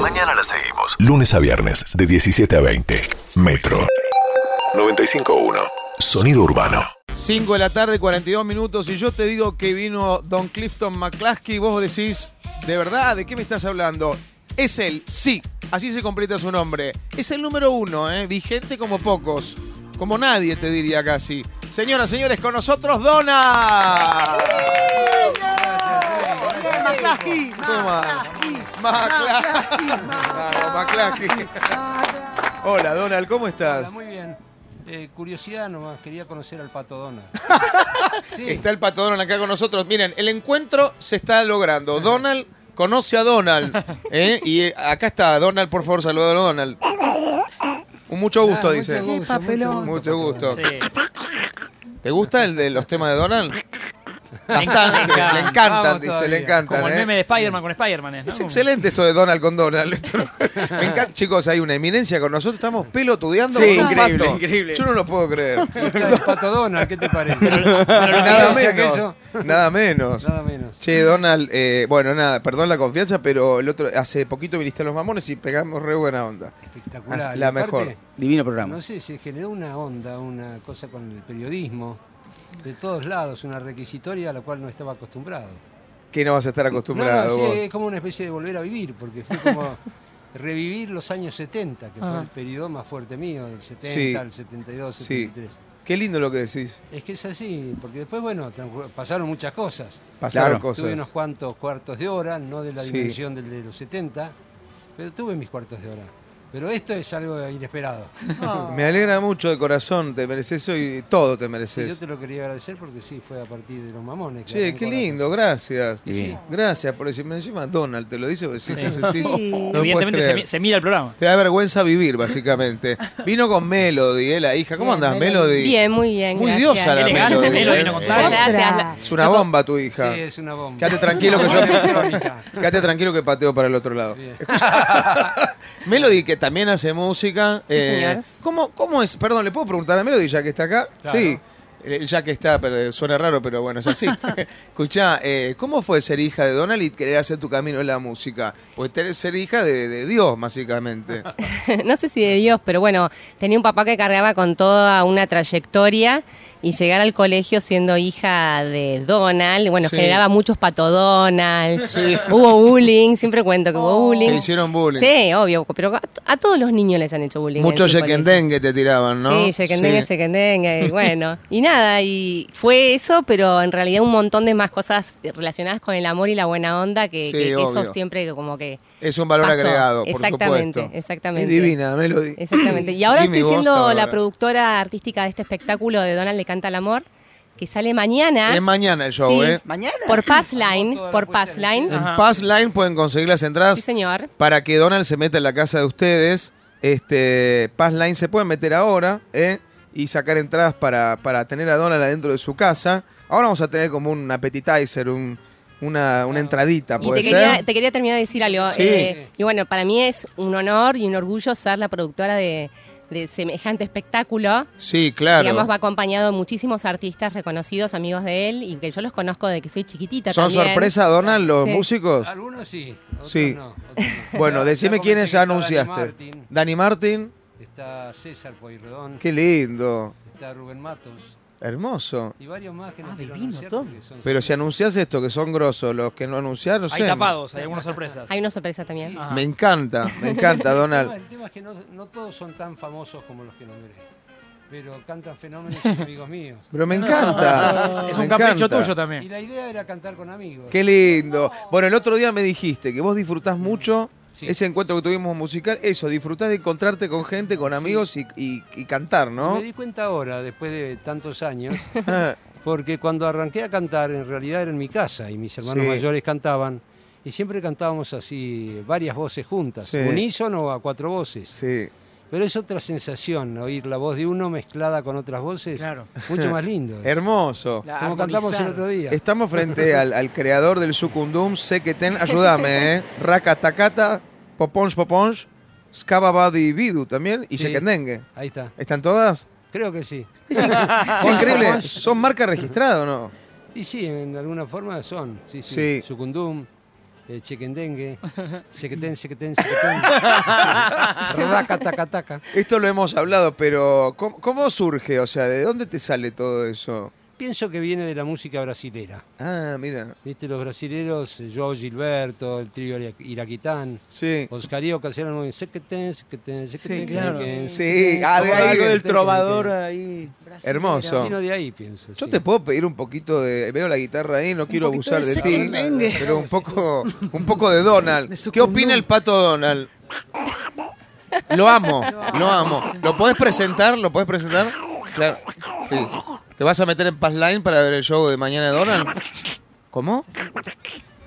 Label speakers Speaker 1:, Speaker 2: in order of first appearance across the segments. Speaker 1: Mañana la seguimos. Lunes a viernes, de 17 a 20. Metro. 95.1. Sonido urbano.
Speaker 2: 5 de la tarde, 42 minutos. Y yo te digo que vino Don Clifton McCluskey, vos decís, ¿de verdad? ¿De qué me estás hablando? Es él, sí. Así se completa su nombre. Es el número uno, ¿eh? Vigente como pocos. Como nadie, te diría casi. Señoras, señores, con nosotros, Dona.
Speaker 3: Bien, McCluskey,
Speaker 2: Toma. McCluskey. Vamos, McCluskey. Hola, Donald, ¿cómo
Speaker 3: Hola,
Speaker 2: estás?
Speaker 3: muy bien. Eh, curiosidad nomás, quería conocer al Pato Donald. Sí,
Speaker 2: Está el pato Donald acá con nosotros. Miren, el encuentro se está logrando. Donald conoce a Donald. ¿eh? Y eh, acá está Donald, por favor, saludalo a Donald. Un mucho gusto,
Speaker 3: Ah,
Speaker 2: dice.
Speaker 3: mucho gusto,
Speaker 4: papelón.
Speaker 2: Mucho
Speaker 3: mucho
Speaker 2: gusto.
Speaker 5: Sí.
Speaker 2: ¿Te gusta el de los temas de Donald?
Speaker 5: Me encanta, me
Speaker 2: Le
Speaker 5: encanta.
Speaker 2: encantan,
Speaker 3: Vamos
Speaker 2: dice, le
Speaker 3: todavía.
Speaker 2: encantan.
Speaker 5: Como el
Speaker 2: ¿eh?
Speaker 5: meme de Spider-Man con Spider-Man. ¿no?
Speaker 2: Es
Speaker 5: Como-
Speaker 2: excelente esto de Donald con Donald. Esto no- Me encanta, chicos, hay una eminencia con nosotros. Estamos pelotudeando
Speaker 6: Sí,
Speaker 2: con un
Speaker 6: increíble,
Speaker 2: pato.
Speaker 6: increíble.
Speaker 2: Yo no lo puedo creer.
Speaker 3: está el Pato Donald, ¿qué te parece?
Speaker 2: Nada
Speaker 3: O sea, que
Speaker 2: menos.
Speaker 3: eso-
Speaker 2: Nada menos.
Speaker 3: Nada menos.
Speaker 2: Che, Donald, eh, bueno, nada, perdón la confianza, pero el otro, hace poquito viniste a los mamones y pegamos re buena onda. la
Speaker 3: Espectacular. Y aparte,
Speaker 2: mejor.
Speaker 6: Divino programa.
Speaker 3: No sé, se generó una onda, una cosa con el periodismo, de todos lados, una requisitoria a la cual no estaba acostumbrado.
Speaker 2: Que no vas a estar
Speaker 3: No,
Speaker 2: acostumbrado
Speaker 3: no, sí, eh.
Speaker 2: vos.
Speaker 3: es como una especie de volver a vivir, porque fue como revivir los años 70, que fue el periodo más fuerte mío, del 70
Speaker 2: Ah. Sí.
Speaker 3: al 72,
Speaker 2: Sí.
Speaker 3: 73.
Speaker 2: Qué lindo lo que decís.
Speaker 3: Es que es así, porque después, bueno, transcur- pasaron muchas cosas.
Speaker 2: Pasaron
Speaker 6: Claro.
Speaker 2: cosas.
Speaker 3: Tuve unos cuantos cuartos de hora, no de la
Speaker 2: Sí.
Speaker 3: dimensión del de los 70, pero tuve mis cuartos de hora. Pero esto es algo inesperado. Ah.
Speaker 2: Me alegra mucho de corazón, te mereces eso y todo te
Speaker 3: Y yo
Speaker 2: mereces.
Speaker 3: te lo quería agradecer porque sí, fue a partir de los mamones. que
Speaker 2: Che,
Speaker 3: arrancó
Speaker 2: qué
Speaker 3: la
Speaker 2: lindo,
Speaker 3: cosa.
Speaker 2: gracias.
Speaker 6: Y sí.
Speaker 2: Gracias por decirme encima Donald, te lo dice, porque si te
Speaker 5: Sí.
Speaker 2: sentís- no lo puedes
Speaker 5: Evidentemente se, mi-
Speaker 2: creer.
Speaker 5: se mira el programa.
Speaker 2: Te da vergüenza vivir, básicamente. Vino con Melody, eh, la hija. ¿Cómo
Speaker 4: Bien,
Speaker 2: andás,
Speaker 4: Melody.
Speaker 2: Melody?
Speaker 7: Bien, muy bien.
Speaker 2: Muy
Speaker 7: gracias.
Speaker 2: diosa la
Speaker 5: Elegante,
Speaker 2: Melody.
Speaker 5: Melody
Speaker 2: eh.
Speaker 5: no contaba.
Speaker 7: Gracias.
Speaker 4: Otra.
Speaker 2: Es una bomba tu hija.
Speaker 3: Sí, es una bomba.
Speaker 2: Quédate tranquilo que
Speaker 3: Una
Speaker 2: yo.
Speaker 3: bomba electrónica.
Speaker 2: Quédate tranquilo que pateo para el otro lado.
Speaker 3: Bien.
Speaker 2: Melody, que también hace música. eh,
Speaker 7: señor.
Speaker 2: ¿cómo, ¿Cómo es? Perdón, ¿le puedo preguntar a Melody ya que está acá?
Speaker 3: Claro.
Speaker 2: Sí. Eh, Ya que está, pero suena raro, pero bueno, es así. Escuchá, eh, ¿cómo fue ser hija de Donald y querer hacer tu camino en la música? Pues ter- ser hija de, de Dios, básicamente.
Speaker 7: no sé si de Dios, pero bueno, tenía un papá que cargaba con toda una trayectoria y llegar al colegio siendo hija de Donald, bueno,
Speaker 2: Sí.
Speaker 7: generaba muchos pato Donalds, hubo bullying, siempre cuento que hubo bullying.
Speaker 2: Te Oh. hicieron bullying.
Speaker 7: Sí, obvio, pero a, a todos los niños les han hecho bullying.
Speaker 2: Muchos
Speaker 7: en el colegio.
Speaker 2: yekendengue te tiraban, ¿no?
Speaker 7: Sí, yekendengue, yekendengue, y eh, bueno. Y nada, y fue eso, pero en realidad un montón de más cosas relacionadas con el amor y la buena onda, que,
Speaker 2: Sí,
Speaker 7: que- que
Speaker 2: obvio.
Speaker 7: eso siempre como que...
Speaker 2: Es un valor
Speaker 7: pasó.
Speaker 2: agregado, por
Speaker 7: Exactamente,
Speaker 2: supuesto.
Speaker 7: exactamente.
Speaker 2: Es divina, Melody.
Speaker 7: Exactamente. Y ahora
Speaker 2: Gimme
Speaker 7: estoy
Speaker 2: vos,
Speaker 7: siendo
Speaker 2: Tabara.
Speaker 7: la productora artística de este espectáculo de Donald Le Canta el Amor, que sale mañana.
Speaker 2: Es mañana el show,
Speaker 7: Sí.
Speaker 2: ¿eh?
Speaker 6: Mañana.
Speaker 7: Por Passline,
Speaker 3: Toda la
Speaker 7: por
Speaker 3: puesta en
Speaker 7: Passline.
Speaker 2: En
Speaker 5: Ajá.
Speaker 2: Pass Line pueden conseguir las entradas
Speaker 7: Sí, señor.
Speaker 2: para que Donald se meta en la casa de ustedes. Este, Pass Line se pueden meter ahora ¿eh? y sacar entradas para, para tener a Donald adentro de su casa. Ahora vamos a tener como un appetizer, un- una, una entradita,
Speaker 7: Y te
Speaker 2: ¿puede
Speaker 7: quería,
Speaker 2: ser?
Speaker 7: te quería terminar de decir algo. eh,
Speaker 2: Sí.
Speaker 7: y bueno, para mí es un honor y un orgullo ser la productora de, de semejante espectáculo.
Speaker 2: Sí, claro.
Speaker 7: Digamos, va acompañado de muchísimos artistas reconocidos, amigos de él, y que yo los conozco de que soy chiquitita
Speaker 2: ¿Son
Speaker 7: también.
Speaker 2: sorpresa, Donald, los
Speaker 7: Sí.
Speaker 2: músicos?
Speaker 3: Algunos sí, otros
Speaker 2: Sí.
Speaker 3: no. otros no.
Speaker 2: Bueno,
Speaker 3: Ya- ya
Speaker 2: decime
Speaker 3: comenté
Speaker 2: quiénes
Speaker 3: que
Speaker 2: ya
Speaker 3: está Dani
Speaker 2: anunciaste.
Speaker 3: Martin,
Speaker 2: Dani Martin,
Speaker 3: está César Poirredón,
Speaker 2: qué lindo,
Speaker 3: está Rubén Matos
Speaker 2: hermoso.
Speaker 3: y varios más que no
Speaker 6: Ah,
Speaker 3: quiero
Speaker 6: divino
Speaker 3: anunciar
Speaker 6: todo.
Speaker 3: porque son
Speaker 2: Pero si
Speaker 3: sorpresas.
Speaker 2: anunciás esto, que son grosos, los que no anunciaron, no
Speaker 5: Hay
Speaker 2: sé.
Speaker 5: tapados, hay algunas sorpresas.
Speaker 7: Hay una sorpresa también.
Speaker 3: Sí.
Speaker 5: Ajá.
Speaker 2: Me encanta, me encanta,
Speaker 3: El
Speaker 2: Donald.
Speaker 3: tema, el tema es que no, no todos son tan famosos como los que nombré, pero cantan fenómenos y amigos míos.
Speaker 2: Pero me encanta.
Speaker 5: Es
Speaker 2: me
Speaker 5: un capricho
Speaker 2: encanta.
Speaker 5: tuyo
Speaker 3: Y
Speaker 5: también.
Speaker 3: la idea era cantar con amigos.
Speaker 2: Qué lindo. Bueno, el otro día me dijiste que vos disfrutás
Speaker 5: Mm.
Speaker 2: mucho
Speaker 3: Sí.
Speaker 2: ese encuentro que tuvimos musical. Eso, disfrutás de encontrarte con gente, con amigos y, y- y cantar, ¿no?
Speaker 3: Me di cuenta ahora, después de tantos años,
Speaker 2: Ah,
Speaker 3: porque cuando arranqué a cantar, en realidad era en mi casa y mis hermanos
Speaker 2: Sí.
Speaker 3: mayores cantaban. Y siempre cantábamos así, varias voces juntas,
Speaker 2: Sí.
Speaker 3: unísono a cuatro voces.
Speaker 2: sí.
Speaker 3: Pero es otra sensación, oír la voz de uno mezclada con otras voces,
Speaker 5: Claro.
Speaker 3: mucho más lindo.
Speaker 2: Hermoso.
Speaker 3: Como cantamos el otro día.
Speaker 2: Estamos frente al, al creador del Sucundum, Seketen. Ayúdame, ¿eh? Racatacata, Poponch Poponch, Skababadi Vidu también y
Speaker 3: Sí.
Speaker 2: Shekendengue.
Speaker 3: Ahí está,
Speaker 2: ¿Están todas?
Speaker 3: creo que sí.
Speaker 5: Ah,
Speaker 2: Es increíble. ¿Son marcas registradas o no?
Speaker 3: Y sí, en alguna forma son. Sí, sí.
Speaker 2: Sí.
Speaker 3: Sucundum, eh, chequendengue, sequetén, sequetén, sequetén. Raca, taca, taca.
Speaker 2: Esto lo hemos hablado, pero ¿cómo, cómo surge? O sea, ¿de dónde te sale todo eso?
Speaker 3: Pienso que viene de la música brasilera.
Speaker 2: Ah, mira.
Speaker 3: Viste, los brasileros, eh, Joao Gilberto, el trío ira- iraquitán,
Speaker 2: sí.
Speaker 3: los cariocas eran muy sequetén, sequetén, sequetén,
Speaker 5: claro.
Speaker 3: sequetén,
Speaker 2: Sí,
Speaker 3: sequetén,
Speaker 2: ah, de
Speaker 3: sequetén,
Speaker 2: ahí
Speaker 4: algo del
Speaker 3: sequetén,
Speaker 4: trovador
Speaker 3: sequetén.
Speaker 4: ahí.
Speaker 2: eh. Hermoso.
Speaker 3: Vino de ahí, pienso.
Speaker 2: Yo
Speaker 3: sí.
Speaker 2: te puedo pedir un poquito de. Veo la guitarra ahí, no quiero
Speaker 4: poquito
Speaker 2: abusar
Speaker 4: de
Speaker 2: de,
Speaker 4: Zack
Speaker 2: ti.
Speaker 4: Mengue.
Speaker 2: Pero un poco, un poco de Donald.
Speaker 4: De su
Speaker 2: ¿Qué opina el pato Donald? Lo amo, lo amo. ¿Lo podés presentar? ¿Lo podés presentar? Claro. sí. ¿Te vas a meter en Paz Line para ver el show de mañana de Donald? ¿Cómo?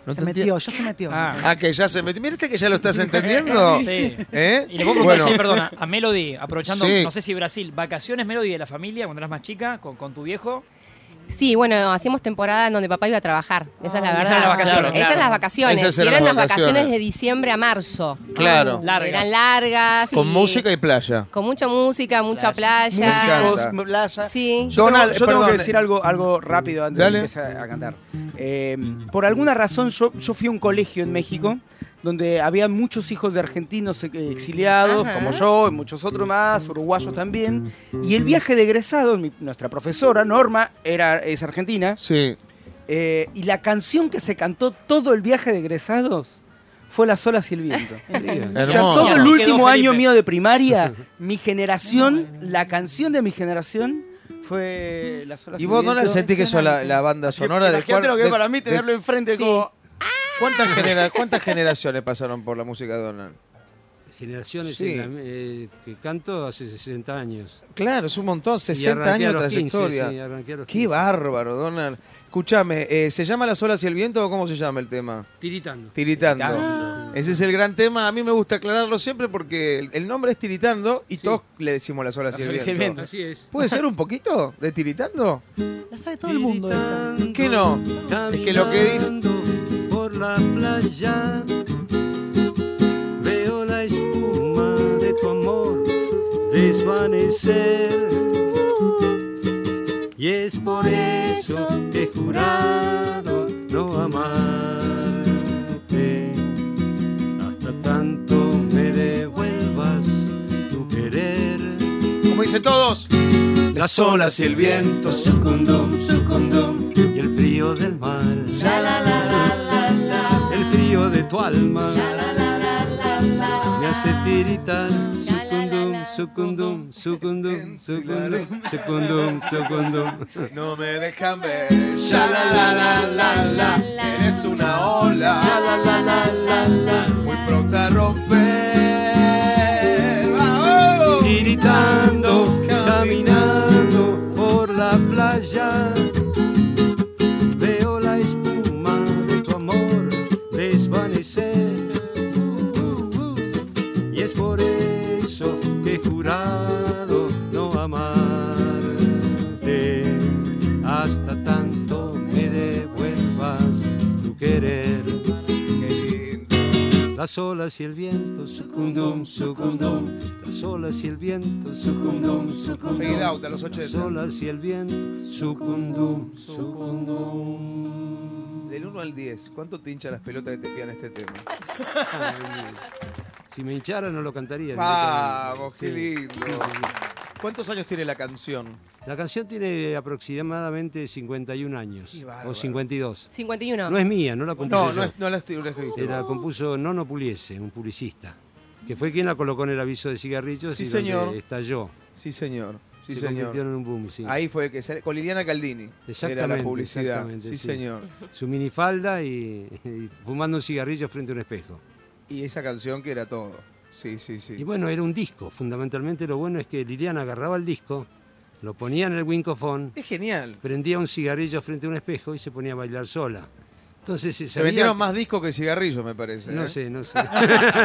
Speaker 2: No
Speaker 6: se
Speaker 2: te
Speaker 6: metió,
Speaker 2: entiendo.
Speaker 6: ya se metió.
Speaker 5: Ah,
Speaker 2: Ah, que ya se metió. Miraste que ya lo estás entendiendo.
Speaker 5: sí.
Speaker 2: ¿Eh?
Speaker 5: Y le puedo preguntar,
Speaker 2: Bueno,
Speaker 5: sí, perdona, a Melody, aprovechando,
Speaker 2: Sí.
Speaker 5: no sé si Brasil, vacaciones Melody de la familia cuando eras más chica, con, con tu viejo.
Speaker 7: Sí, bueno, hacíamos temporada en donde papá iba a trabajar. Esa es la
Speaker 5: Ah,
Speaker 7: verdad.
Speaker 5: esas eran las vacaciones,
Speaker 7: Esas eran
Speaker 5: claro.
Speaker 7: las vacaciones.
Speaker 2: Esas
Speaker 7: Y
Speaker 2: eran
Speaker 7: eran
Speaker 2: las
Speaker 7: las vacaciones
Speaker 2: vacaciones.
Speaker 7: de diciembre a marzo.
Speaker 2: claro.
Speaker 5: Ah, Largas.
Speaker 7: Eran largas.
Speaker 2: Con
Speaker 7: y-
Speaker 2: música y playa.
Speaker 7: Con mucha música, mucha
Speaker 2: Música.
Speaker 7: playa.
Speaker 4: Músicos, playa.
Speaker 7: Sí.
Speaker 4: Yo,
Speaker 2: Donald,
Speaker 4: tengo, yo tengo
Speaker 2: perdón,
Speaker 4: que
Speaker 2: eh.
Speaker 4: decir algo, algo rápido antes
Speaker 2: Dale.
Speaker 4: de empezar a cantar. Eh, por alguna razón, yo, yo fui a un colegio en México donde había muchos hijos de argentinos eh, exiliados,
Speaker 7: Ajá.
Speaker 4: como yo y muchos otros más, uruguayos también. Y el viaje de egresados, mi- nuestra profesora Norma era, es argentina,
Speaker 2: Sí.
Speaker 4: eh, y la canción que se cantó todo el viaje de egresados fue Las olas y el viento.
Speaker 3: Bien.
Speaker 4: O sea,
Speaker 2: Hermoso.
Speaker 4: todo el
Speaker 5: Quedó
Speaker 4: último
Speaker 5: Felipe.
Speaker 4: año mío de primaria, mi generación, la canción de mi generación fue Las olas
Speaker 2: ¿Y vos,
Speaker 4: el
Speaker 2: Donald,
Speaker 4: viento.
Speaker 2: sentís que sos la, la banda sonora de
Speaker 4: Imagínate lo que
Speaker 2: de-
Speaker 4: es para mí
Speaker 2: de-
Speaker 4: tenerlo enfrente
Speaker 7: Sí.
Speaker 4: como...
Speaker 2: ¿cuántas, genera- ¿Cuántas generaciones pasaron por la música de Donald?
Speaker 3: Generaciones
Speaker 2: Sí.
Speaker 3: en la- eh, que canto hace 60 años.
Speaker 2: Claro, es un montón,
Speaker 3: Y
Speaker 2: 60
Speaker 3: arranqué a
Speaker 2: años de
Speaker 3: los 15,
Speaker 2: trayectoria.
Speaker 3: sí, arranqué a los
Speaker 2: Qué
Speaker 3: 15.
Speaker 2: bárbaro, Donald. Escuchame, eh, ¿se llama Las olas y el viento o cómo se llama el tema?
Speaker 3: Tiritando.
Speaker 2: Tiritando.
Speaker 3: Tiritando.
Speaker 2: Ese es el gran tema. A mí me gusta aclararlo siempre porque el, el nombre es Tiritando y todos le decimos Las olas y el
Speaker 4: Las olas y el
Speaker 2: viento.
Speaker 3: Así es.
Speaker 2: ¿Puede ser un poquito de Tiritando?
Speaker 6: La sabe todo el mundo esta.
Speaker 2: ¿Qué no? Es que lo que dice-
Speaker 3: Caminando Por la playa veo la espuma de tu amor desvanecer. Y es por eso que he jurado no amarte hasta tanto me devuelvas tu querer.
Speaker 2: Como dicen todos.
Speaker 3: Las olas y el viento, sucundum, sucundum, y el frío del mar, el frío de tu alma, me hace tiritar, sucundum, sucundum, sucundum, sucundum, sucundum, sucundum.
Speaker 2: No me dejan ver. Ya la la la la la. Eres una ola. Muy pronta a romper. ¡Vamos!
Speaker 3: Tiritando, caminando por la playa. Veo la espuma de tu amor desvanecer. Y es por eso que he jurado no amarte hasta tanto me devuelvas tu querer las olas y el viento, sucundum, sucundum, las olas y el viento, sucundum, sucundum,
Speaker 2: Fade out a los 80.
Speaker 3: las olas y el viento, sucundum, sucundum.
Speaker 2: Del 1 al 10, ¿cuánto te hincha las pelotas que te pidan este tema?
Speaker 3: Si me hinchara no lo cantaría.
Speaker 2: Vamos, qué
Speaker 3: directamente. Sí.
Speaker 2: lindo. ¿Cuántos años tiene la canción?
Speaker 3: La canción tiene aproximadamente 51 años,
Speaker 2: Qué bárbaro.
Speaker 3: o 52.
Speaker 7: 51.
Speaker 3: No es mía, no la compuse
Speaker 2: No,
Speaker 3: yo.
Speaker 2: no, es, no la estoy- la escribiste.
Speaker 3: La compuso Nono Puliese, un publicista, que fue quien la colocó en el aviso de cigarrillos
Speaker 2: Sí,
Speaker 3: y donde
Speaker 2: señor.
Speaker 3: estalló.
Speaker 2: Sí, señor. Sí,
Speaker 3: Se
Speaker 2: señor.
Speaker 3: convirtió en un boom, sí.
Speaker 2: Ahí fue el que sale. Con Liliana Caldini. Era la
Speaker 3: Exactamente,
Speaker 2: publicidad.
Speaker 3: exactamente,
Speaker 2: Sí,
Speaker 3: sí.
Speaker 2: señor.
Speaker 3: su minifalda y, y fumando un cigarrillo frente a un espejo.
Speaker 2: Y esa canción que era todo. Sí, sí, sí.
Speaker 3: Y bueno, era un disco. Fundamentalmente lo bueno es que Liliana agarraba el disco, lo ponía en el wincofón,
Speaker 2: Es genial.
Speaker 3: prendía un cigarrillo frente a un espejo y se ponía a bailar sola. Entonces se
Speaker 2: Se
Speaker 3: sabía-
Speaker 2: vendieron más discos que cigarrillos, me parece.
Speaker 3: No
Speaker 2: ¿eh?
Speaker 3: sé, no sé.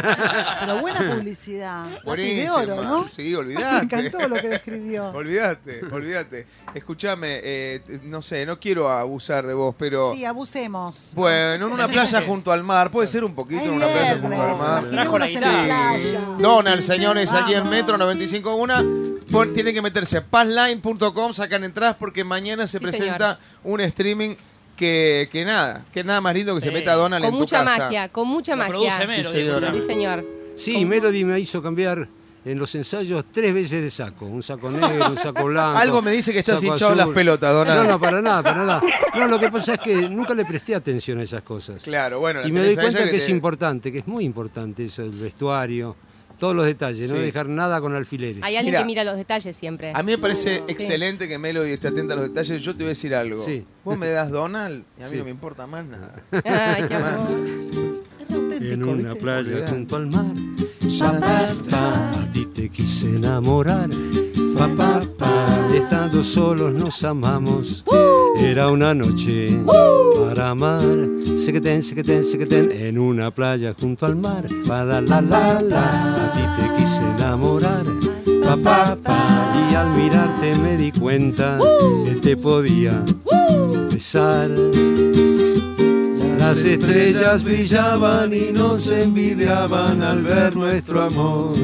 Speaker 6: Pero buena
Speaker 3: Ah,
Speaker 6: publicidad. Lápiz de
Speaker 2: Buenísima.
Speaker 6: oro, ¿no?
Speaker 2: Sí,
Speaker 6: Me
Speaker 2: olvidate.
Speaker 6: encantó lo que describió.
Speaker 2: Olvídate, olvídate. Escúchame, eh, t- no sé, no quiero abusar de vos, pero.
Speaker 6: Sí, abusemos.
Speaker 2: Bueno, en una playa junto al mar, puede ser un poquito
Speaker 6: Ay,
Speaker 2: en una playa
Speaker 6: viernes,
Speaker 2: junto al mar.
Speaker 6: imaginémonos
Speaker 5: Trajo la
Speaker 6: en
Speaker 5: guitarra.
Speaker 6: playa.
Speaker 2: Donald, señores, aquí en
Speaker 6: Vamos.
Speaker 2: Metro 95.1, pon- tienen que meterse a pazline.com, sacan entradas porque mañana se
Speaker 7: Sí,
Speaker 2: presenta un streaming que, que nada, que nada más lindo que se
Speaker 5: Sí.
Speaker 2: meta Donald
Speaker 7: Con
Speaker 2: en tu
Speaker 7: mucha
Speaker 2: casa.
Speaker 7: magia, con mucha
Speaker 5: Lo produce
Speaker 7: magia.
Speaker 5: Melo,
Speaker 2: Sí, señora.
Speaker 7: Sí, señor.
Speaker 3: Sí, Melody me hizo cambiar en los ensayos tres veces de saco. Un saco negro, un saco blanco.
Speaker 2: Algo me dice que estás
Speaker 3: saco
Speaker 2: hinchado en
Speaker 3: azul.
Speaker 2: las pelotas, Donald.
Speaker 3: No, no, para nada, para nada. No, lo que pasa es que nunca le presté atención a esas cosas.
Speaker 2: Claro, bueno. la
Speaker 3: Y me doy
Speaker 2: tenés a ella
Speaker 3: cuenta que, es
Speaker 2: te-
Speaker 3: importante, que es muy importante eso, el vestuario, todos los detalles, no
Speaker 2: Sí.
Speaker 3: dejar nada con alfileres.
Speaker 7: Hay alguien
Speaker 2: Mira.
Speaker 7: que mira los detalles siempre.
Speaker 2: A mí me parece excelente que Melody esté atenta a los detalles. Yo te voy a decir algo.
Speaker 3: Sí.
Speaker 2: Vos me das Donald y a mí
Speaker 3: Sí.
Speaker 2: no me importa más nada.
Speaker 7: Ay, qué amor.
Speaker 6: Es auténtico,
Speaker 3: En una
Speaker 6: ¿viste?
Speaker 3: playa
Speaker 2: Olvidate.
Speaker 3: junto al mar, papá, a ti te quise enamorar. Papá, y estando solos nos amamos.
Speaker 6: ¡Uh!
Speaker 3: Era una noche para amar. Sequeten, sequeten, sequeten, en una playa junto al mar. Para la la la, a ti te quise enamorar. Papá, y al mirarte me di cuenta
Speaker 6: ¡Uh!
Speaker 3: que te podía besar. Las estrellas brillaban y nos envidiaban al ver nuestro amor.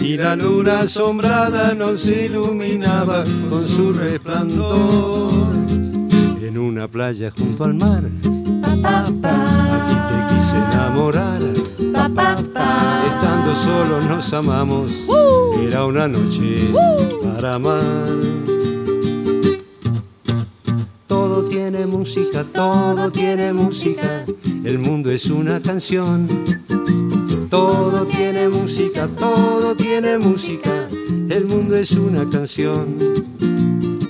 Speaker 3: Y la luna asombrada nos iluminaba con su resplandor. En una playa junto al mar, aquí te quise enamorar. Estando solos nos amamos, era una noche para amar. Todo tiene música, todo tiene música. El mundo es una canción. Todo tiene música, todo tiene música. El mundo es una canción.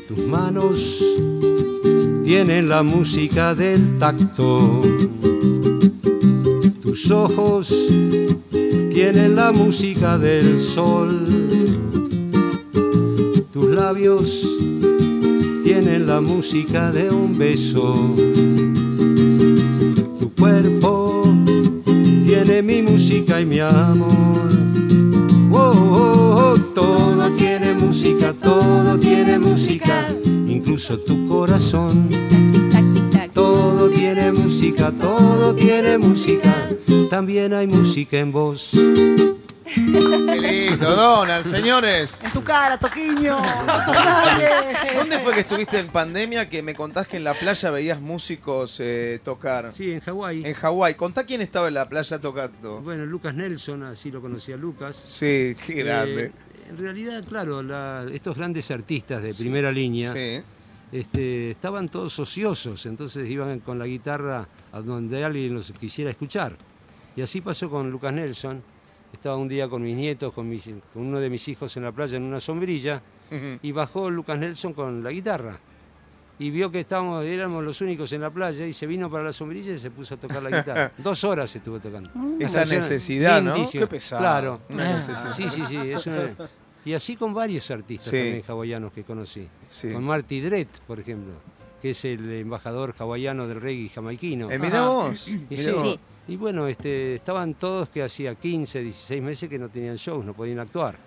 Speaker 3: Tus manos tienen la música del tacto. Tus ojos tienen la música del sol. Tus labios tiene la música de un beso. Tu cuerpo tiene mi música y mi amor. Oh, oh, oh, todo tiene música, todo tiene música, incluso tu corazón.
Speaker 7: Tic-tac, tic-tac.
Speaker 3: Todo tiene música, todo tiene música, también hay música en vos.
Speaker 2: Qué lindo, Donald, señores.
Speaker 6: En tu cara, Toquiño. No sos nadie.
Speaker 2: ¿Dónde fue que estuviste en pandemia que me contás que en la playa veías músicos eh, tocar?
Speaker 3: Sí, en Hawái.
Speaker 2: En Hawái. Contá quién estaba en la playa tocando.
Speaker 3: Bueno, Lucas Nelson, así lo conocía Lucas.
Speaker 2: Sí, qué grande.
Speaker 3: Eh, en realidad, claro, la- estos grandes artistas de primera línea
Speaker 2: Sí.
Speaker 3: este, estaban todos ociosos, entonces iban con la guitarra a donde alguien los quisiera escuchar. Y así pasó con Lucas Nelson. Estaba un día con mis nietos, con, mis- con uno de mis hijos en la playa en una sombrilla,
Speaker 2: Ujú.
Speaker 3: y bajó Lucas Nelson con la guitarra. Y vio que estábamos, éramos los únicos en la playa y se vino para la sombrilla y se puso a tocar la guitarra. Dos horas estuvo tocando.
Speaker 2: Esa
Speaker 3: Canción
Speaker 2: necesidad, ¿no?
Speaker 3: lindísima.
Speaker 8: Qué pesado.
Speaker 3: Claro. Ah.
Speaker 2: Una necesidad.
Speaker 3: Sí, sí, sí. es una- Y así con varios artistas
Speaker 2: Sí.
Speaker 3: también hawaianos que conocí.
Speaker 2: Sí.
Speaker 3: Con Marty Dredd, por ejemplo, que es el embajador hawaiano del reggae jamaiquino.
Speaker 2: Eh, mirá vos.
Speaker 3: y,
Speaker 2: mirá
Speaker 3: sí,
Speaker 2: vos.
Speaker 7: Sí.
Speaker 3: y bueno, este, estaban todos que hacía 15, 16 meses que no tenían shows, no podían actuar.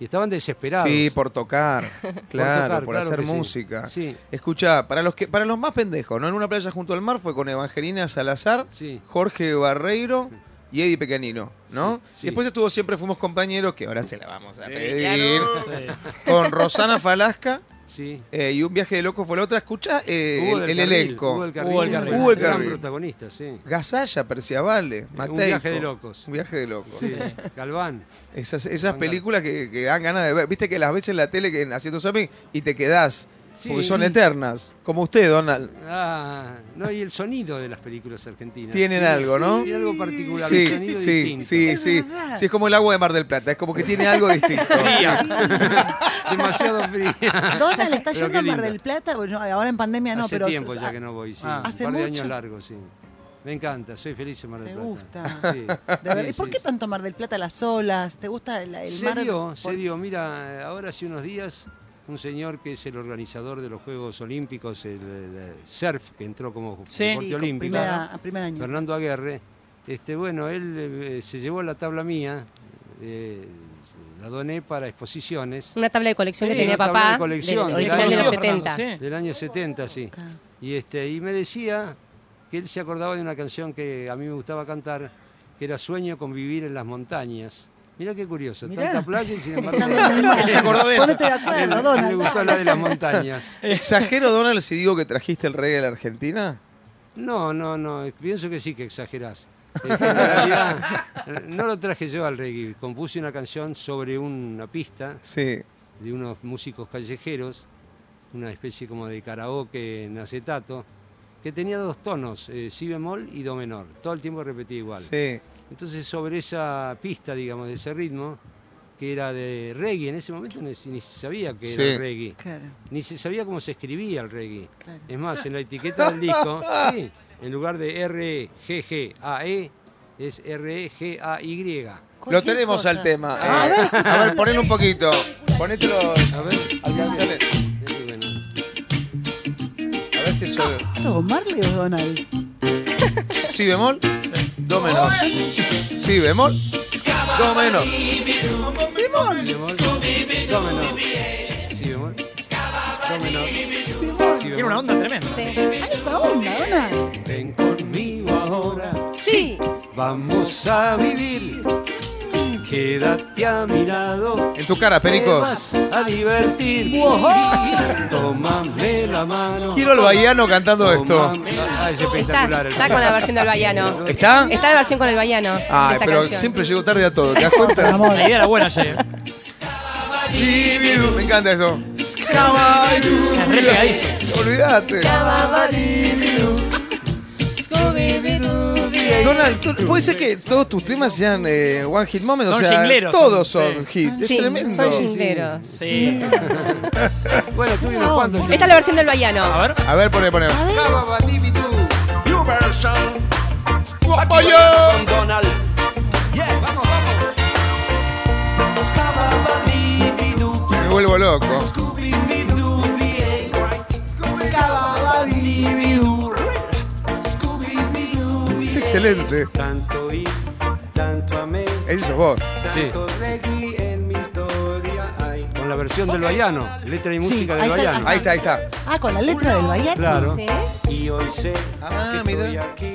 Speaker 3: Y estaban desesperados.
Speaker 2: Sí, por tocar, claro, por,
Speaker 3: tocar, claro
Speaker 2: hacer
Speaker 3: que sí.
Speaker 2: música.
Speaker 3: Sí.
Speaker 2: Escucha, para los que, para los más pendejos, ¿no? En una playa junto al mar fue con Evangelina Salazar,
Speaker 3: Sí.
Speaker 2: Jorge Barreiro y Eddie Pequeñino, ¿no?
Speaker 3: Sí, sí.
Speaker 2: Después estuvo siempre fuimos compañeros, que ahora se la vamos a pedir,
Speaker 5: Sí.
Speaker 2: con Rosana Falasca
Speaker 3: Sí.
Speaker 2: eh, y un viaje de locos fue la otra. Escucha
Speaker 3: Hugo
Speaker 2: el,
Speaker 3: del
Speaker 2: Eh, el
Speaker 3: Carril,
Speaker 2: elenco.
Speaker 3: Hugo del Carril.
Speaker 5: Hugo del Carril.
Speaker 2: Hugo del
Speaker 3: Gran
Speaker 2: Carril.
Speaker 3: protagonista, sí.
Speaker 2: Gasalla, Perciabale, Mateico.
Speaker 3: viaje de locos.
Speaker 2: Un viaje de locos.
Speaker 3: Sí. Galván.
Speaker 2: Esas, esas películas que, que dan ganas de ver. Viste que las veces en la tele que haciendo zapping y te quedás.
Speaker 3: Sí.
Speaker 2: porque son eternas. Como usted, Donald.
Speaker 3: Ah, no, y el sonido de las películas argentinas.
Speaker 2: Tienen algo, ¿no?
Speaker 3: Tiene algo particular,
Speaker 2: Sí,
Speaker 3: un sonido
Speaker 2: sí,
Speaker 3: distinto.
Speaker 2: sí,
Speaker 6: Es
Speaker 2: sí.
Speaker 6: verdad.
Speaker 2: Sí, es como el agua de Mar del Plata. Es como que tiene algo distinto.
Speaker 3: Demasiado fría.
Speaker 6: Donald está
Speaker 3: Pero
Speaker 6: yendo a
Speaker 3: qué
Speaker 6: Mar
Speaker 3: lindo.
Speaker 6: del Plata. Bueno, ahora en pandemia Ah, no,
Speaker 3: Hace
Speaker 6: pero.
Speaker 3: tiempo ya que no voy, sí.
Speaker 5: Ah.
Speaker 6: Hace
Speaker 3: un par de
Speaker 6: mucho.
Speaker 3: años largos, sí. Me encanta, soy feliz en Mar del
Speaker 6: Te
Speaker 3: Plata.
Speaker 6: gusta.
Speaker 3: Sí,
Speaker 6: ah, De verdad,
Speaker 3: sí,
Speaker 6: ¿Y por
Speaker 3: sí,
Speaker 6: qué
Speaker 3: sí.
Speaker 6: tanto Mar del Plata las olas? ¿Te gusta el, el
Speaker 3: se
Speaker 6: mar?
Speaker 3: dio, se
Speaker 6: Por-
Speaker 3: dio. Mira, eh, ahora hace unos días un señor que es el organizador de los Juegos Olímpicos, el, el surf, que entró como
Speaker 5: Sí.
Speaker 6: Sí,
Speaker 3: deporte
Speaker 6: con
Speaker 3: olímpico,
Speaker 6: primera- a primer año.
Speaker 3: Fernando Aguerre, este, bueno, él eh, se llevó la tabla mía, eh, la doné para exposiciones
Speaker 7: Una tabla de colección
Speaker 5: Sí,
Speaker 7: que tenía
Speaker 3: una tabla
Speaker 7: papá,
Speaker 3: de colección,
Speaker 7: del-
Speaker 3: claro.
Speaker 7: original de los
Speaker 3: Conoció,
Speaker 7: 70.
Speaker 5: Fernando, sí.
Speaker 3: del año 70, sí. Y, este, y me decía que él se acordaba de una canción que a mí me gustaba cantar, que era Sueño con vivir en las montañas, Mirá qué curioso,
Speaker 4: Mirá.
Speaker 3: tanta playa y sin embargo...
Speaker 6: Estando en el mar.
Speaker 5: Se acordó de eso.
Speaker 6: Ponete de
Speaker 3: le,
Speaker 6: acuerdo,
Speaker 3: le
Speaker 6: Donald.
Speaker 3: gustó la de las montañas.
Speaker 2: ¿Exagero, Donald, si digo que trajiste el reggae de la Argentina?
Speaker 3: No, no, no, eh, pienso que sí que exagerás. Este, en realidad, eh, no lo traje yo al reggae, compuse una canción sobre una pista
Speaker 2: Sí.
Speaker 3: de unos músicos callejeros, una especie como de karaoke en acetato, que tenía dos tonos, eh, si bemol y do menor, todo el tiempo repetía igual.
Speaker 2: Sí.
Speaker 3: Entonces sobre esa pista, digamos, de ese ritmo, que era de reggae, en ese momento ni, ni se sabía que
Speaker 2: Sí.
Speaker 3: era reggae,
Speaker 6: Claro,
Speaker 3: ni se sabía cómo se escribía el reggae.
Speaker 6: claro.
Speaker 3: Es más, en la etiqueta del disco, sí, en lugar de R-G-G-A-E, E, es R-G-A-Y.
Speaker 2: Lo
Speaker 6: Cualquier
Speaker 2: tenemos
Speaker 6: cosa.
Speaker 2: al tema.
Speaker 6: A
Speaker 2: Eh,
Speaker 6: ver.
Speaker 2: a ver, ponelo un poquito. Ponételos.
Speaker 3: A
Speaker 2: A ver,
Speaker 3: ver,
Speaker 2: alcanzale.
Speaker 3: este, bueno.
Speaker 2: A ver si eso.
Speaker 6: ¿Esto, Marley o Donald?
Speaker 2: Si bemol, do menor. Si bemol, do menor.
Speaker 3: Bemol, do menor. Si bemol, do menor. Si
Speaker 5: Tiene
Speaker 3: bemol.
Speaker 5: una onda tremenda.
Speaker 7: Sí.
Speaker 6: ¡Ay, esta onda, Donald!
Speaker 3: Ven conmigo ahora,
Speaker 7: Sí.
Speaker 3: vamos a vivir. Quédate a mi lado.
Speaker 2: En tu cara,
Speaker 3: Te
Speaker 2: Pericos.
Speaker 3: vas a divertir. Tómame la mano.
Speaker 2: Quiero al bahiano cantando esto.
Speaker 3: Tómame- Ah, es
Speaker 7: Está,
Speaker 3: espectacular el
Speaker 7: está con la versión del baiano.
Speaker 2: ¿Está?
Speaker 7: Está la versión con el baiano. de
Speaker 2: Ay,
Speaker 7: esta
Speaker 2: pero
Speaker 7: canción.
Speaker 2: siempre llego tarde a todo, ¿te das cuenta?
Speaker 5: La idea era buena, ayer.
Speaker 2: Me encanta eso.
Speaker 5: Es re pegadizo.
Speaker 2: Olvídate. Donald, tú- puede ser que todos tus temas sean eh, One Hit Moment, o
Speaker 5: Son
Speaker 2: sea,
Speaker 5: jingleros,
Speaker 2: todos
Speaker 5: son-
Speaker 2: son hits.
Speaker 7: Sí,
Speaker 2: es tremendo.
Speaker 7: son jingleros.
Speaker 5: Sí.
Speaker 3: Bueno, tuvimos cuántos.
Speaker 7: Esta es la versión del baiano.
Speaker 5: A ver.
Speaker 2: A ver, poné, poné.
Speaker 3: New version.
Speaker 2: Oye.
Speaker 3: Con Donald. Yeah, vamos, vamos. Scababadibidu,
Speaker 2: Me vuelvo loco.
Speaker 3: Scooby-Bidu, bien, right. Scababadibidu, Scooby-Bidu,
Speaker 2: Es excelente.
Speaker 3: Tanto y tanto amé,
Speaker 2: Ese sos vos.
Speaker 3: tanto reggae en mi historia hay. Con la versión del baiano, letra y música
Speaker 6: ahí
Speaker 3: del
Speaker 6: está,
Speaker 3: baiano.
Speaker 2: Ahí está, ahí está.
Speaker 6: Ah, con la letra del Bayern.
Speaker 3: Claro.
Speaker 7: Sí.
Speaker 3: Y hoy sé
Speaker 2: Ah,
Speaker 3: que estoy
Speaker 2: mira.
Speaker 3: aquí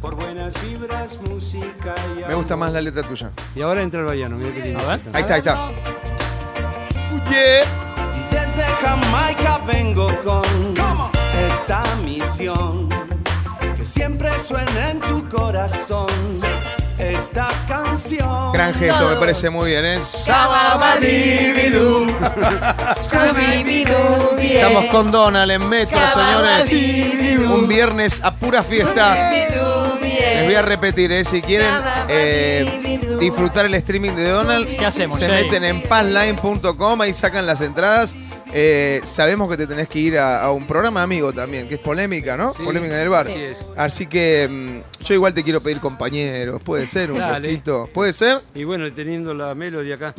Speaker 3: por buenas vibras, música y
Speaker 2: Me gusta más la letra tuya.
Speaker 3: Y ahora entra el baiano, mira que tiene.
Speaker 5: A ver.
Speaker 2: Ahí está, ahí está. Yeah.
Speaker 8: Y desde Jamaica vengo con esta misión. Que siempre suena en tu corazón esta canción.
Speaker 2: Gran gesto, me parece muy bien, ¿eh?
Speaker 7: Sababadibidu.
Speaker 2: Estamos con Donald en Metro, señores. Un viernes a pura fiesta. Les voy a repetir, ¿eh? si quieren eh, disfrutar el streaming de Donald,
Speaker 5: ¿Qué hacemos,
Speaker 2: se
Speaker 5: Jay?
Speaker 2: meten en pazline.com, ahí sacan las entradas. Eh, sabemos que te tenés que ir a, a un programa amigo también, que es polémica, ¿no?
Speaker 3: Sí,
Speaker 2: polémica en el bar.
Speaker 3: así es.
Speaker 2: Así que mm, yo igual te quiero pedir compañeros, puede ser un
Speaker 3: Dale.
Speaker 2: poquito, puede ser.
Speaker 3: Y bueno, teniendo la melodía acá.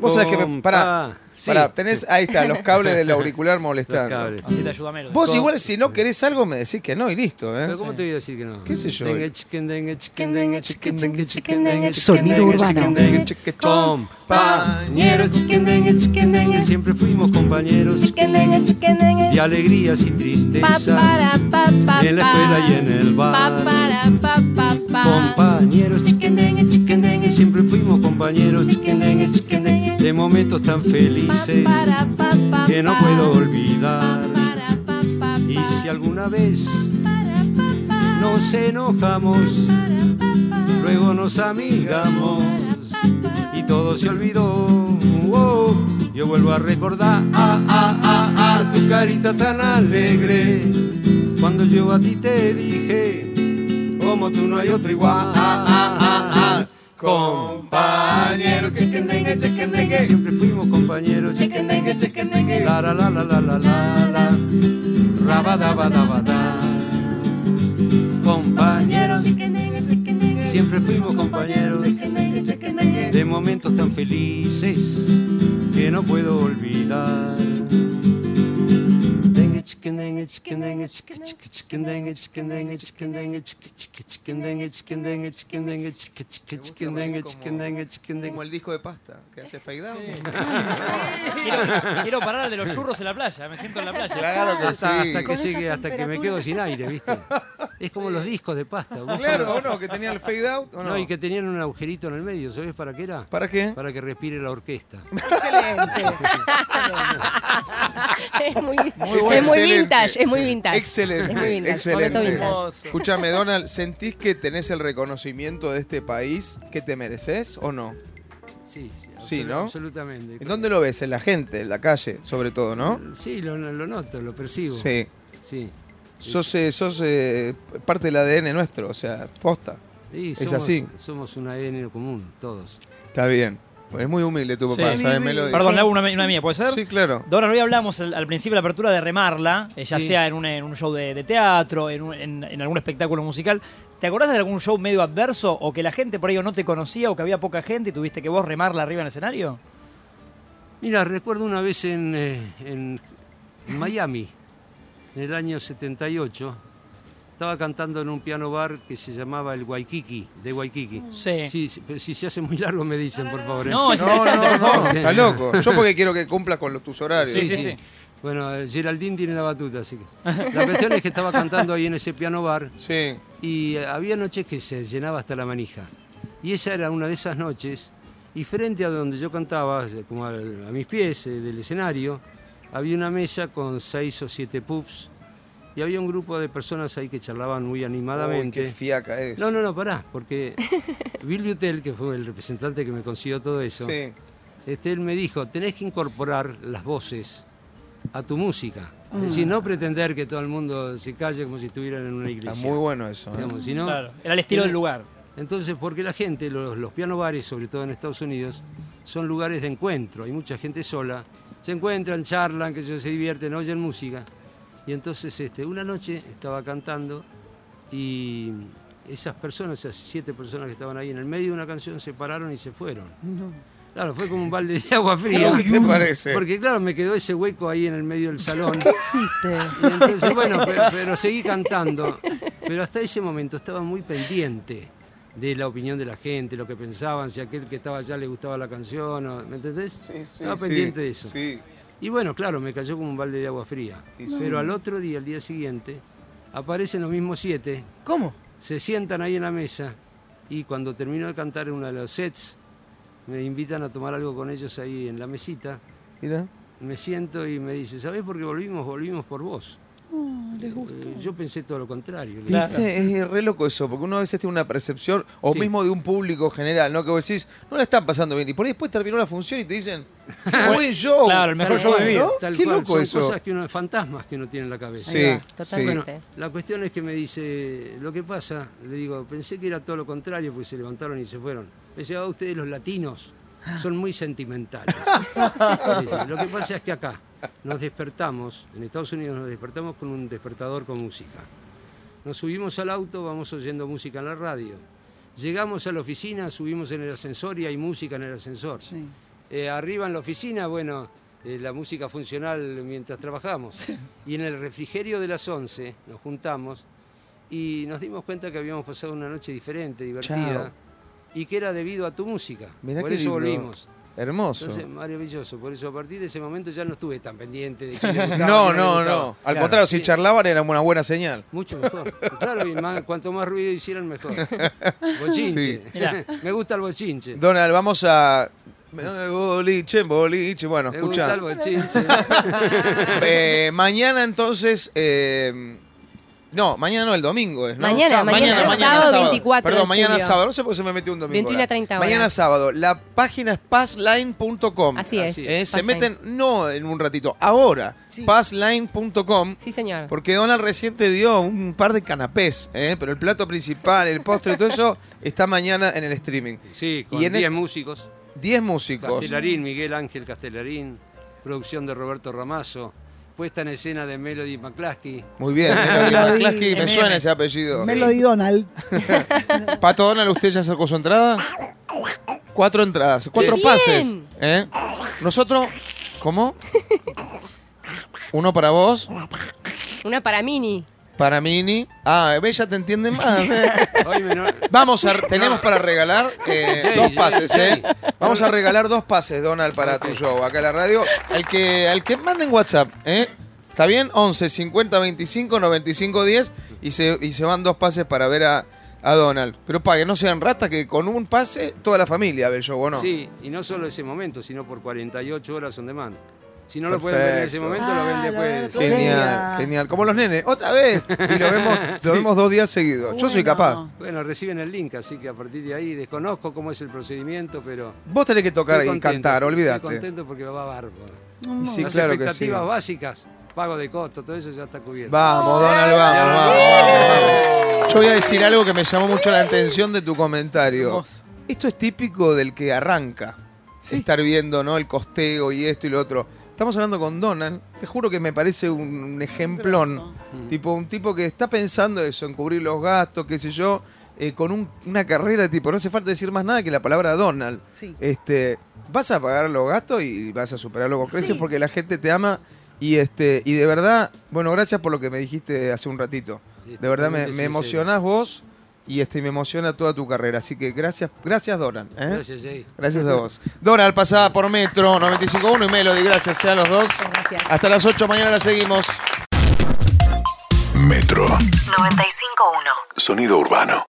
Speaker 2: Vos sabés que me,
Speaker 3: Compa-
Speaker 2: pará,
Speaker 3: Sí.
Speaker 2: pará, tenés, ahí está, los cables del auricular
Speaker 3: Los
Speaker 2: molestando.
Speaker 3: cables.
Speaker 5: Así te ayuda menos.
Speaker 2: Vos igual si no querés algo me decís que no y listo, ¿eh?
Speaker 3: Pero ¿Cómo te voy a decir que no?
Speaker 2: ¿Qué sé yo?
Speaker 3: Dengue, chicken, dengue, chicken, dengue, chicken, dengue, chicken, dengue, chicken,
Speaker 6: Sonido
Speaker 3: dengue,
Speaker 6: urbano.
Speaker 3: chicken, dengue, chicken, Compañeros, chicken, dengue, chicken, dengue. Siempre fuimos compañeros de alegrías y tristezas. En la escuela y en el bar. Compañeros, chicken, dengue, chicken, dengue. Siempre fuimos compañeros, chicken, dengue, chicken, dengue. De momentos tan felices que no puedo olvidar. Y si alguna vez nos enojamos, luego nos amigamos y todo se olvidó. Oh, yo vuelvo a recordar ah, ah, ah, ah, tu carita tan alegre cuando yo a ti te dije, como tú no hay otro igual. Compañeros, chiquendengue, chiquendengue. Siempre fuimos compañeros, chiquendengue, chiquendengue. La la la la la la la la. Rabadabadabada. Compañeros, siempre fuimos compañeros. De momentos tan felices que no puedo olvidar. Dengue, chiquendengue, chiquendengue, chiqui, chiqui, chiquendengue, chiquendengue, chiquendengue, chiqui, chiqui, chiquendengue, chiquendengue, chiquendengue, chiqui, chiqui, chiquendengue, chiquendengue,
Speaker 2: Como
Speaker 3: chiquendengue.
Speaker 2: el disco de pasta que hace fade out.
Speaker 5: Quiero, quiero parar de los churros en la playa. Me siento en la playa.
Speaker 2: Claro que
Speaker 3: Hasta, hasta
Speaker 2: sí.
Speaker 3: que, sigue, hasta que me quedo sin aire, ¿viste? Es como los discos de pasta. ¿vos?
Speaker 2: Claro, ¿o no? Que tenía el fade out. ¿o no?
Speaker 3: No, y que tenían un agujerito en el medio, ¿sabés para qué era?
Speaker 2: ¿Para qué?
Speaker 3: Para que respire la orquesta.
Speaker 6: Excelente.
Speaker 7: es muy,
Speaker 2: Muy bueno,
Speaker 7: es muy
Speaker 2: excelente.
Speaker 7: vintage, es muy vintage.
Speaker 2: Excelente,
Speaker 7: Es muy vintage,
Speaker 2: excelente.
Speaker 7: momento vintage.
Speaker 2: Escúchame, Donald, ¿sentís que tenés el reconocimiento de este país que te mereces o no?
Speaker 3: Sí, sí,
Speaker 2: Sí,
Speaker 3: absolu-
Speaker 2: ¿no?
Speaker 3: absolutamente.
Speaker 2: ¿En dónde lo ves? En la gente, en la calle, sobre todo, ¿no?
Speaker 3: Sí, lo, lo noto, lo percibo.
Speaker 2: Sí.
Speaker 3: Sí.
Speaker 2: Sos, eh, sos eh, parte del ADN nuestro, o sea, posta.
Speaker 3: Sí,
Speaker 2: Es
Speaker 3: somos,
Speaker 2: así.
Speaker 3: Somos un ADN común, todos.
Speaker 2: Está bien. Es muy humilde tu papá,
Speaker 5: Sí.
Speaker 2: ¿sabes, Melody?
Speaker 5: Perdón, le hago una, una mía, ¿puede ser?
Speaker 2: Sí, claro.
Speaker 5: Dora, hoy hablamos al, al principio de la apertura de remarla, eh, ya
Speaker 3: Sí.
Speaker 5: sea en un, en un show de, de teatro, en, un- en- en algún espectáculo musical. ¿Te acordás de algún show medio adverso o que la gente por ahí o no te conocía o que había poca gente y tuviste que vos remarla arriba en el escenario?
Speaker 3: Mira, recuerdo una vez en, eh, en Miami, en el año 78, estaba cantando en un piano bar que se llamaba el Waikiki, de Waikiki.
Speaker 5: Sí.
Speaker 3: Sí, sí, pero si se hace muy largo me dicen, por favor. ¿eh?
Speaker 5: No, es
Speaker 2: No,
Speaker 5: interesante.
Speaker 2: no, no, está loco. Yo porque quiero que cumplas con los- tus horarios.
Speaker 5: Sí, sí, sí.
Speaker 3: Bueno, eh, Geraldine tiene la batuta, así que. La cuestión es que estaba cantando ahí en ese piano bar
Speaker 2: Sí.
Speaker 3: y eh, había noches que se llenaba hasta la manija. Y esa era una de esas noches. Y frente a donde yo cantaba, eh, como al- a mis pies eh, del escenario, había una mesa con seis o siete puffs y había un grupo de personas ahí que charlaban muy
Speaker 2: Uy,
Speaker 3: animadamente.
Speaker 2: qué fiaca es.
Speaker 3: no, no, no, pará, porque Bill Butel, que fue el representante que me consiguió todo eso,
Speaker 2: Sí.
Speaker 3: este, él me dijo, tenés que incorporar las voces a tu música. Es decir, no pretender que todo el mundo se calle como si estuvieran en una iglesia.
Speaker 2: Ah. Está muy bueno eso. ¿eh?
Speaker 3: Digamos, sino-
Speaker 5: Claro, era el estilo del lugar.
Speaker 3: Entonces, porque la gente, los, los piano bares, sobre todo en Estados Unidos, son lugares de encuentro. Hay mucha gente sola. Se encuentran, charlan, que se divierten, oyen música. Y entonces, este, una noche estaba cantando y esas personas, esas siete personas que estaban ahí en el medio de una canción, se pararon y se fueron. Claro, fue como un balde de agua fría.
Speaker 2: ¿Qué te parece?
Speaker 3: Porque claro, me quedó ese hueco ahí en el medio del salón.
Speaker 6: ¿Qué hiciste?
Speaker 3: Y entonces, bueno, pero, pero seguí cantando. Pero hasta ese momento estaba muy pendiente de la opinión de la gente, lo que pensaban, si a aquel que estaba allá le gustaba la canción, o- ¿me entendés? estaba pendiente de eso.
Speaker 2: Sí.
Speaker 3: Y bueno, claro, me cayó como un balde de agua fría.
Speaker 2: Sí, sí.
Speaker 3: Pero al otro día, al día siguiente, aparecen los mismos siete,
Speaker 4: ¿Cómo?
Speaker 3: se sientan ahí en la mesa y cuando termino de cantar en uno de los sets, me invitan a tomar algo con ellos ahí en la mesita.
Speaker 2: Mira.
Speaker 3: Me siento y me dice, ¿sabés por qué volvimos? Volvimos por vos. Eh, Yo pensé todo lo contrario.
Speaker 2: ¿Viste? Es es re loco eso, porque uno a veces tiene una percepción, o
Speaker 3: Sí.
Speaker 2: mismo de un público general, ¿no? Que vos decís, no la están pasando bien. Y por ahí después terminó la función y te dicen, "Qué buen show.
Speaker 5: Claro, el mejor
Speaker 2: Tal
Speaker 5: show de
Speaker 2: cual,
Speaker 5: mi vida.
Speaker 2: ¿no?
Speaker 3: Tal
Speaker 2: Qué
Speaker 3: cual,
Speaker 2: loco
Speaker 3: son
Speaker 2: eso.
Speaker 3: cosas que uno, fantasmas que uno tiene en la cabeza.
Speaker 2: Sí,
Speaker 7: Ahí va,
Speaker 2: sí.
Speaker 3: Bueno,
Speaker 7: totalmente.
Speaker 3: la cuestión es que me dice, lo que pasa, le digo, pensé que era todo lo contrario, porque se levantaron y se fueron. Me dice, ah, ustedes los latinos son muy sentimentales. Me dice, lo que pasa es que acá nos despertamos, en Estados Unidos nos despertamos con un despertador con música. Nos subimos al auto, vamos oyendo música en la radio. Llegamos a la oficina, subimos en el ascensor y hay música en el ascensor. Eh, arriba en la oficina, bueno, eh, la música funcional mientras trabajamos. Y en el refrigerio de las 11 nos juntamos y nos dimos cuenta que habíamos pasado una noche diferente, divertida,
Speaker 2: Chao.
Speaker 3: y que era debido a tu música.
Speaker 2: Mirá
Speaker 3: Por
Speaker 2: qué
Speaker 3: eso
Speaker 2: lindo.
Speaker 3: volvimos.
Speaker 2: Hermoso.
Speaker 3: Entonces, maravilloso. Por eso, a partir de ese momento ya no estuve tan pendiente de que le gustaba,
Speaker 2: no,
Speaker 3: que le
Speaker 2: no,
Speaker 3: gustaba.
Speaker 2: no. Al
Speaker 3: Claro,
Speaker 2: contrario,
Speaker 3: sí,
Speaker 2: si charlaban era una buena señal.
Speaker 3: Mucho mejor. Claro, y más- cuanto más ruido hicieran, mejor. Bochinche.
Speaker 2: Sí.
Speaker 5: Mirá.
Speaker 3: Me gusta el bochinche.
Speaker 2: Donald, vamos a. Boliche, boliche. Bueno,
Speaker 3: Me gusta
Speaker 2: escucha.
Speaker 3: el bochinche.
Speaker 2: Eh, mañana entonces. eh, no, mañana no, el domingo es, ¿no?
Speaker 7: Mañana,
Speaker 2: Sábado.
Speaker 7: mañana, sábado 24
Speaker 2: Perdón,
Speaker 7: de
Speaker 2: mañana
Speaker 7: julio.
Speaker 2: sábado. No sé por qué se me metió un domingo.
Speaker 7: 21
Speaker 2: ahora.
Speaker 7: a 30 horas.
Speaker 2: Mañana sábado. La página es passline.com.
Speaker 7: Así es,
Speaker 2: Eh, se
Speaker 7: Passline.
Speaker 2: meten, no en un ratito, ahora. Passline.com.
Speaker 7: Sí, señor.
Speaker 2: Porque Donald recién te dio un par de canapés, ¿eh? pero el plato principal, el postre y todo eso está mañana en el streaming.
Speaker 3: Sí, con
Speaker 2: Y en e-
Speaker 3: 10
Speaker 2: el-
Speaker 3: músicos.
Speaker 2: 10 músicos.
Speaker 3: Castelarín, Miguel Ángel Castelarín, producción de Roberto Ramazo, puesta en escena de Melody McCluskey.
Speaker 2: Muy bien, Melody
Speaker 6: Melody.
Speaker 2: McCluskey, me
Speaker 5: MM.
Speaker 2: suena ese apellido.
Speaker 6: Melody Donald.
Speaker 2: Pato Donald, ¿usted ya sacó su entrada? Cuatro entradas, cuatro
Speaker 7: Bien.
Speaker 2: pases. ¿eh? Nosotros, ¿cómo? Uno para vos,
Speaker 7: Una para Mini.
Speaker 2: para Mini. Ah, Bella te entiende más. ¿eh?
Speaker 3: Hoy me no-
Speaker 2: Vamos a, tenemos para regalar eh,
Speaker 3: Jay,
Speaker 2: dos
Speaker 3: Jay,
Speaker 2: pases, ¿eh?
Speaker 3: Jay.
Speaker 2: Vamos a regalar dos pases, Donald, para tu show, acá en la radio. Al que, al que manden WhatsApp, ¿eh? ¿Está bien? 11 50 25 95 10. y se, y se van dos pases para ver a, a Donald. Pero pague, no sean ratas que con un pase toda la familia ve el show, ¿o no?
Speaker 3: Sí, y no solo ese momento, sino por 48 horas on demand. Si no lo
Speaker 2: Perfecto.
Speaker 3: pueden ver en ese momento, lo ven
Speaker 6: Ah, lo ven
Speaker 3: después.
Speaker 6: otro
Speaker 2: Genial,
Speaker 6: día.
Speaker 2: genial. Como los nenes, otra vez. Y lo vemos, lo vemos dos días seguidos. Yo soy
Speaker 6: Bueno.
Speaker 2: capaz.
Speaker 3: Bueno, reciben el link, así que a partir de ahí desconozco cómo es el procedimiento, pero.
Speaker 2: Vos tenés que tocar
Speaker 3: estoy
Speaker 2: y
Speaker 3: contento,
Speaker 2: cantar,
Speaker 3: Estoy
Speaker 2: olvídate.
Speaker 3: contento porque va bárbaro.
Speaker 2: Y sí,
Speaker 3: Las
Speaker 2: claro que sí.
Speaker 3: expectativas básicas, pago de costo, todo eso ya está cubierto.
Speaker 2: Vamos, Donald, vamos, vamos, vamos. Yo voy a decir algo que me llamó mucho la atención de tu comentario.
Speaker 4: Hermoso.
Speaker 2: Esto es típico del que arranca. Estar viendo, ¿no? El costeo y esto y lo otro. Estamos hablando con Donald. Te juro que me parece un, un ejemplón. Tipo, un tipo que está pensando eso, en cubrir los gastos, qué sé yo, eh, con un- una carrera, tipo, no hace falta decir más nada que la palabra Donald.
Speaker 6: Sí.
Speaker 2: Este, vas a pagar los gastos y vas a superarlo con creces
Speaker 6: Sí.
Speaker 2: porque la gente te ama. Y este, y de verdad, bueno, gracias por lo que me dijiste hace un ratito.
Speaker 3: Este,
Speaker 2: De verdad me,
Speaker 3: Totalmente
Speaker 2: me
Speaker 3: sincero.
Speaker 2: emocionás vos y este, me emociona toda tu carrera. Así que gracias, gracias Donald. ¿eh? Gracias.
Speaker 3: Gracias, Jay.
Speaker 2: a vos. Donald, pasada por Metro 95.1 y Melody, gracias sean los dos.
Speaker 7: Gracias.
Speaker 2: Hasta las 8 mañana la seguimos.
Speaker 1: Metro.
Speaker 9: 95.1.
Speaker 1: Sonido urbano.